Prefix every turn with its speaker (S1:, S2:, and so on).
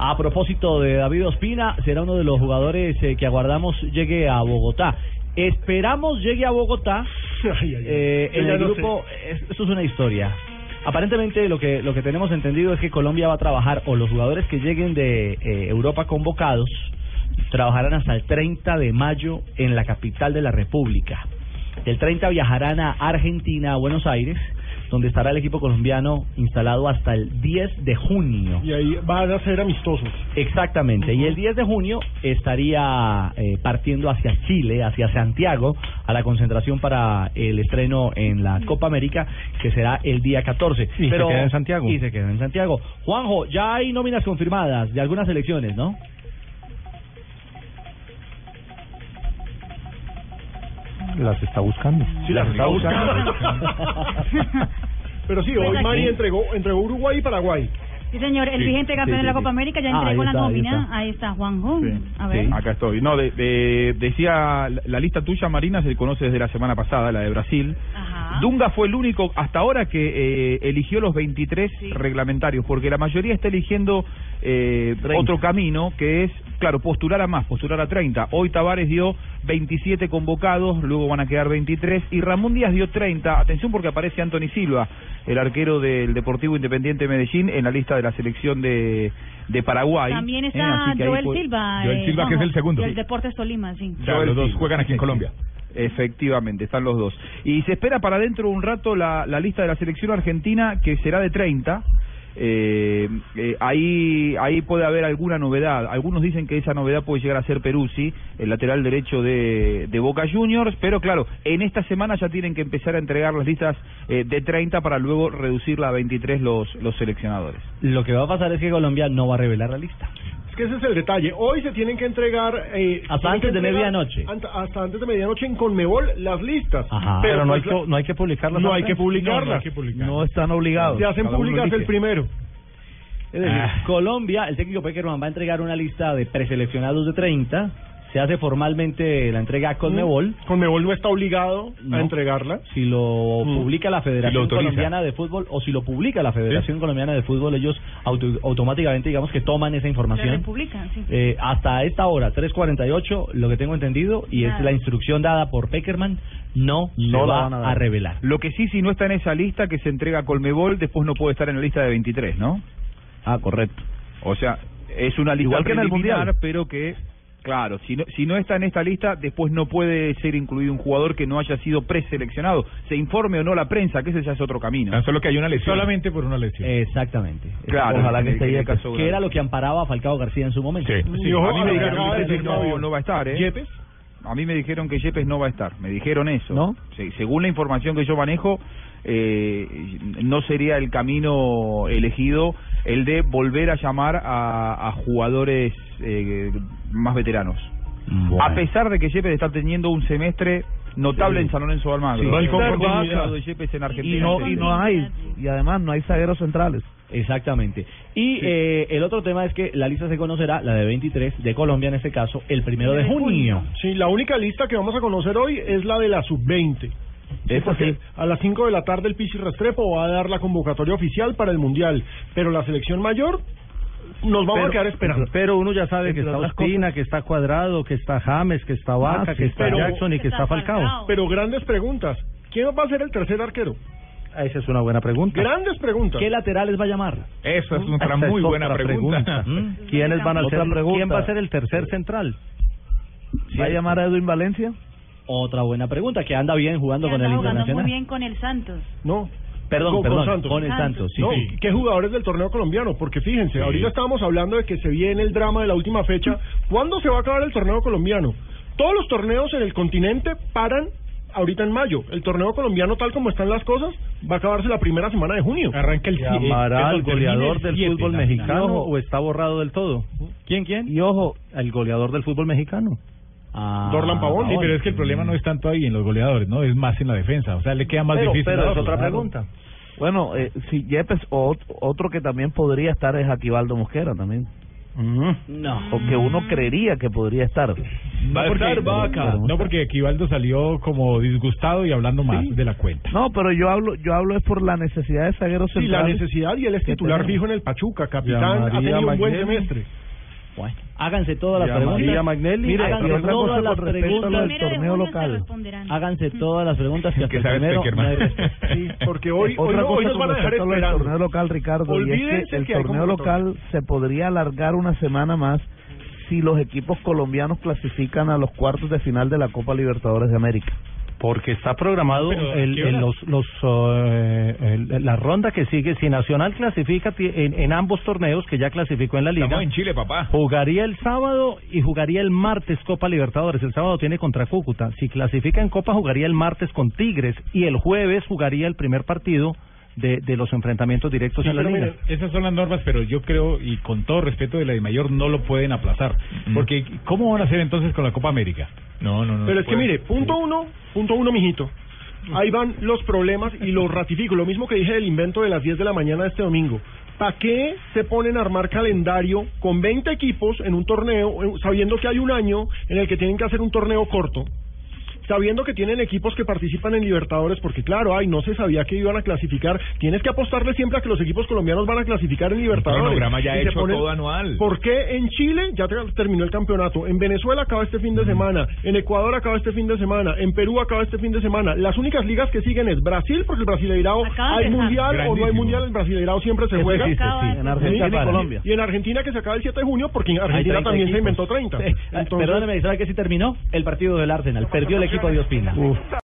S1: A propósito de David Ospina, será uno de los jugadores eh, que aguardamos llegue a Bogotá. Esperamos llegue a Bogotá.
S2: Ay, ay, ay.
S1: Eh, en
S2: Ya
S1: el
S2: no sé.
S1: grupo, es- esto es una historia. Aparentemente lo que lo que tenemos entendido es que Colombia va a trabajar o los jugadores que lleguen de eh, Europa convocados trabajarán hasta el 30 de mayo en la capital de la República. Del 30 viajarán a Argentina, a Buenos Aires, donde estará el equipo colombiano instalado hasta el 10 de junio.
S2: Y ahí van a ser amistosos.
S1: Exactamente, y el 10 de junio estaría eh, partiendo hacia Chile, hacia Santiago, a la concentración para el estreno en la Copa América, que será el día 14.
S3: Y se queda en Santiago.
S1: Y se queda en Santiago. Juanjo, ya hay nóminas confirmadas de algunas elecciones, ¿no?
S3: Las está buscando.
S2: Sí, las está buscando. Pero sí,
S4: Pues
S2: hoy
S4: aquí-
S2: Mari entregó, entregó Uruguay y Paraguay.
S4: Sí, señor, el vigente campeón
S1: sí,
S4: de la
S1: sí, sí.
S4: Copa América ya
S1: Ah, ahí
S4: entregó la
S1: está, ahí
S4: nómina.
S1: está.
S4: Ahí está Juan Jun.
S5: Sí,
S4: A ver.
S1: sí.
S5: Acá estoy. No, de- de- decía la- la lista tuya, Marina, se conoce desde la semana pasada, la de Brasil.
S4: Ajá.
S5: Dunga fue el único hasta ahora que eh, eligió los 23
S4: Sí.
S5: reglamentarios, porque la mayoría está eligiendo eh,
S1: Treinta.
S5: otro camino, que es, claro, postular a más, postular a 30. Hoy Tavares dio 27 convocados, luego van a quedar 23, y Ramón Díaz dio 30. Atención porque aparece Anthony Silva, el arquero del Deportivo Independiente de Medellín, en la lista de la selección de, de Paraguay.
S4: También
S5: Eh,
S4: está
S5: así que ahí
S4: Joel
S5: puede-
S4: Silva. eh,
S3: Joel Silva, que es el segundo.
S4: El Deportes Tolima, sí.
S5: Ya, los dos juegan aquí en
S3: Colombia.
S5: Efectivamente, están los dos. Y se espera para dentro de un rato la, la lista de la selección argentina, que será de 30. Eh, eh, ahí, ahí puede haber alguna novedad. Algunos dicen que esa novedad puede llegar a ser Peruzzi, el lateral derecho de, de Boca Juniors, pero claro, en esta semana ya tienen que empezar a entregar las listas eh, de 30 para luego reducirla a 23 los, los seleccionadores.
S1: Lo que va a pasar es que Colombia no va a revelar la lista.
S2: Es que ese es el detalle. Hoy se tienen que entregar... eh,
S1: Hasta
S2: tienen que
S1: antes de
S2: entregar
S1: medianoche.
S2: ant- hasta antes de medianoche en Conmebol las listas.
S1: Ajá.
S3: Pero no hay,
S2: pues
S3: que, no hay que publicarlas.
S2: No
S3: al
S2: hay que
S3: frente.
S2: publicarlas.
S3: No, no hay que publicarlas. No están obligados.
S2: Se hacen
S3: Cada uno
S2: públicas el
S3: elige.
S2: primero.
S1: Es decir,
S3: Ah.
S1: Colombia, el técnico Peckerman va a entregar una lista de preseleccionados de 30. Se hace formalmente la entrega a Conmebol.
S2: Mm. Conmebol no está obligado
S1: No.
S2: a entregarla.
S1: si lo
S2: Mm.
S1: publica la Federación
S3: autoriza.
S1: Colombiana de Fútbol o si lo publica la Federación Colombiana de Fútbol, ellos auto- automáticamente digamos que toman esa
S4: La
S1: información.
S4: República, sí.
S1: Eh, hasta esta hora, 3.48, lo que tengo entendido, y es
S4: Nada.
S1: la instrucción dada por Peckerman, no,
S3: No
S1: se
S3: la
S1: va
S3: van a
S1: a,
S3: dar.
S1: revelar.
S5: Lo que sí, si no está en esa lista que se entrega a Colmebol, después no puede estar en la lista de 23, ¿no?
S1: Ah, correcto.
S5: O sea, es una lista
S3: Igual que en el
S5: preliminar,
S3: Mundial.
S5: pero que, claro, si no, si no está en esta lista, después no puede ser incluido un jugador que no haya sido preseleccionado. Se informe o no la prensa, que ese ya es otro camino.
S3: Ah, solo que hay una lesión. Solamente por una lesión.
S1: Eh, Exactamente.
S5: Claro,
S1: Ojalá que
S5: en
S1: esté
S5: el- en el
S1: ahí, pues,
S5: caso
S1: que
S5: de-
S1: era lo que amparaba a Falcao García en su momento.
S3: Sí.
S2: Y ojo,
S5: a mí
S2: a
S5: me
S2: ver,
S5: dijeron
S2: acaba
S5: que
S2: de
S5: Yepes
S2: decir
S5: no,
S2: Fabio.
S5: no va a estar, ¿eh?
S2: Yepes.
S5: A mí me dijeron que Yepes no va a estar. Me dijeron eso.
S3: ¿No?
S5: Sí, según la información que yo manejo, eh, no sería el camino elegido el de volver a llamar a, a jugadores eh, más veteranos.
S1: Bueno.
S5: A pesar de que Yepes está teniendo un semestre notable en San Lorenzo de Almagro.
S3: Sí,
S5: El
S3: con
S5: tercer
S3: continuidad.
S5: bacalao de Yepes en Argentina.
S3: Y no, y no hay. Y además no hay zagueros centrales.
S1: Exactamente. Y eh, el otro tema es que la lista se conocerá, la de 23, de Colombia en este caso, el primero de junio.
S2: Sí, la única lista que vamos a conocer hoy es la de la sub-20.
S5: Eso
S2: Porque
S5: sí.
S2: a las 5 de la tarde el Pichi Restrepo va a dar la convocatoria oficial para el Mundial, pero la selección mayor nos vamos a quedar esperando.
S3: pero uno ya sabe que
S2: Entre
S3: está
S2: otras
S3: Ospina, que está Cuadrado, que está James, que está Vaca, que está
S2: pero-
S3: Jackson y que está Falcao.
S2: Pero grandes preguntas. ¿Quién va a ser el tercer arquero?
S3: Ah, Esa es una buena pregunta.
S2: Grandes preguntas.
S1: ¿Qué laterales va a llamar?
S3: Esa es
S5: otra muy buena pregunta.
S3: ¿Mm? ¿Quiénes van a
S1: Otra
S3: ser,
S1: pregunta.
S3: ¿Quién va a ser el tercer central? ¿Va a llamar a Edwin Valencia?
S1: Otra buena pregunta, que anda bien jugando
S4: Que
S1: con
S4: anda
S1: el
S4: jugando muy
S1: Internacional.
S4: bien con el Santos.
S2: No.
S1: Perdón,
S2: Con- con
S1: perdón,
S2: Santos.
S1: con el Santos, sí.
S2: no,
S1: sí.
S2: ¿qué jugadores del torneo colombiano? Porque fíjense, ahorita estábamos hablando de que se viene el drama de la última fecha. ¿Cuándo se va a acabar el torneo colombiano? Todos los torneos en el continente paran ahorita en mayo. El torneo colombiano, tal como están las cosas, va a acabarse la primera semana de junio.
S6: Arranca el
S3: ¿Llamará al goleador del fútbol mexicano
S1: ojo.
S3: o está borrado del todo?
S1: ¿Quién, quién?
S3: Y ojo, el goleador del fútbol mexicano.
S1: Ah,
S2: Dorlan Pavón.
S6: Sí, pero es que el problema no es tanto ahí en los goleadores, ¿no? Es más en la defensa. O sea, le queda más
S3: pero,
S6: difícil.
S3: pero
S6: a
S3: es
S6: otros,
S3: otra
S6: claro.
S3: pregunta. Bueno, eh, si Yepes, o ot- otro que también podría estar es Aquivaldo Mosquera también.
S1: No.
S3: O que uno creería que podría estar.
S5: No porque- No porque aquí Valdo salió como disgustado y hablando más de la cuenta.
S7: No, pero yo hablo yo hablo es por la necesidad de zagueros
S2: Sí, la
S7: centrales.
S2: necesidad y él es
S7: que
S2: titular
S7: tenemos.
S2: fijo en el Pachuca, capitán, ha
S8: María
S2: tenido un buen
S8: Magnelli.
S2: semestre.
S9: Bueno, háganse todas las
S8: Y a María
S9: preguntas.
S8: Magnelli,
S9: Mire,
S8: y
S9: háganse
S8: otra cosa
S9: todas
S8: con
S9: las
S7: respecto a lo
S9: preguntas.
S7: del
S4: Primero de
S7: torneo
S4: junio se
S7: local.
S4: responderán.
S9: Háganse todas las preguntas que hasta
S8: Que
S9: el
S8: sabe
S1: este
S9: primero no
S8: Peckerman.
S9: hay respuesta.
S2: Sí, porque hoy, hoy,
S7: Otra
S2: no- hoy
S7: cosa
S2: nos
S7: con
S2: van a dejar
S7: respecto a lo del
S2: esperando.
S7: torneo local, Ricardo, y es
S2: Olvídense
S7: que el
S2: que hay
S7: torneo
S2: convocatoria.
S7: local se podría alargar una semana más si los equipos colombianos clasifican a los cuartos de final de la Copa Libertadores de América.
S1: Porque está programado
S5: Pero, ¿a
S1: el-
S5: qué hora?
S1: el- los, los, eh, el- la ronda que sigue. Si Nacional clasifica ti- en, en ambos torneos, que ya clasificó en la liga,
S8: Estamos en Chile, papá.
S1: jugaría el sábado y jugaría el martes Copa Libertadores. El sábado tiene contra Cúcuta. Si clasifica en Copa, jugaría el martes con Tigres y el jueves jugaría el primer partido de, de los enfrentamientos directos
S5: Sí,
S1: en la
S5: pero
S1: liga.
S5: mire, esas son las normas, pero yo creo, y con todo respeto de la de mayor, no lo pueden aplazar. Porque, ¿cómo van a hacer entonces con la Copa América? No, no, no.
S2: Pero
S5: se
S2: es que
S5: puede.
S2: mire, punto uno, punto uno, mijito. Ahí van los problemas y los ratifico. Lo mismo que dije del invento de las 10 de la mañana de este domingo. ¿Para qué se ponen a armar calendario con 20 equipos en un torneo, eh, sabiendo que hay un año en el que tienen que hacer un torneo corto? Sabiendo que tienen equipos que participan en Libertadores, porque claro, ay, no se sabía que iban a clasificar. Tienes que apostarle siempre a que los equipos colombianos van a clasificar en Libertadores.
S8: cronograma ya
S2: Y se
S8: hecho, todo anual.
S2: ¿Por qué en Chile ya te- terminó el campeonato? En Venezuela acaba este fin de semana, en Ecuador acaba este fin de semana, en Perú acaba este fin de semana. Las únicas ligas que siguen es Brasil, porque el Brasileirao
S4: Acaba de
S2: hay
S4: empezar.
S2: mundial o no hay
S8: Grandísimo.
S2: mundial, el Brasileirao siempre se
S1: Eso
S2: juega.
S1: existe,
S4: Acaba
S1: sí.
S4: de
S7: En Argentina
S1: Sí,
S7: y
S1: para-
S7: Colombia.
S2: Y en Argentina que se acaba el 7 de junio, porque en
S1: Hay
S2: Argentina
S1: 30
S2: también se
S1: equipos.
S2: inventó 30.
S1: Sí. Ah,
S2: Entonces-
S9: Perdóneme, ¿sabe qué sí terminó? El partido del Arsenal. Perdió el equipo de Ospina.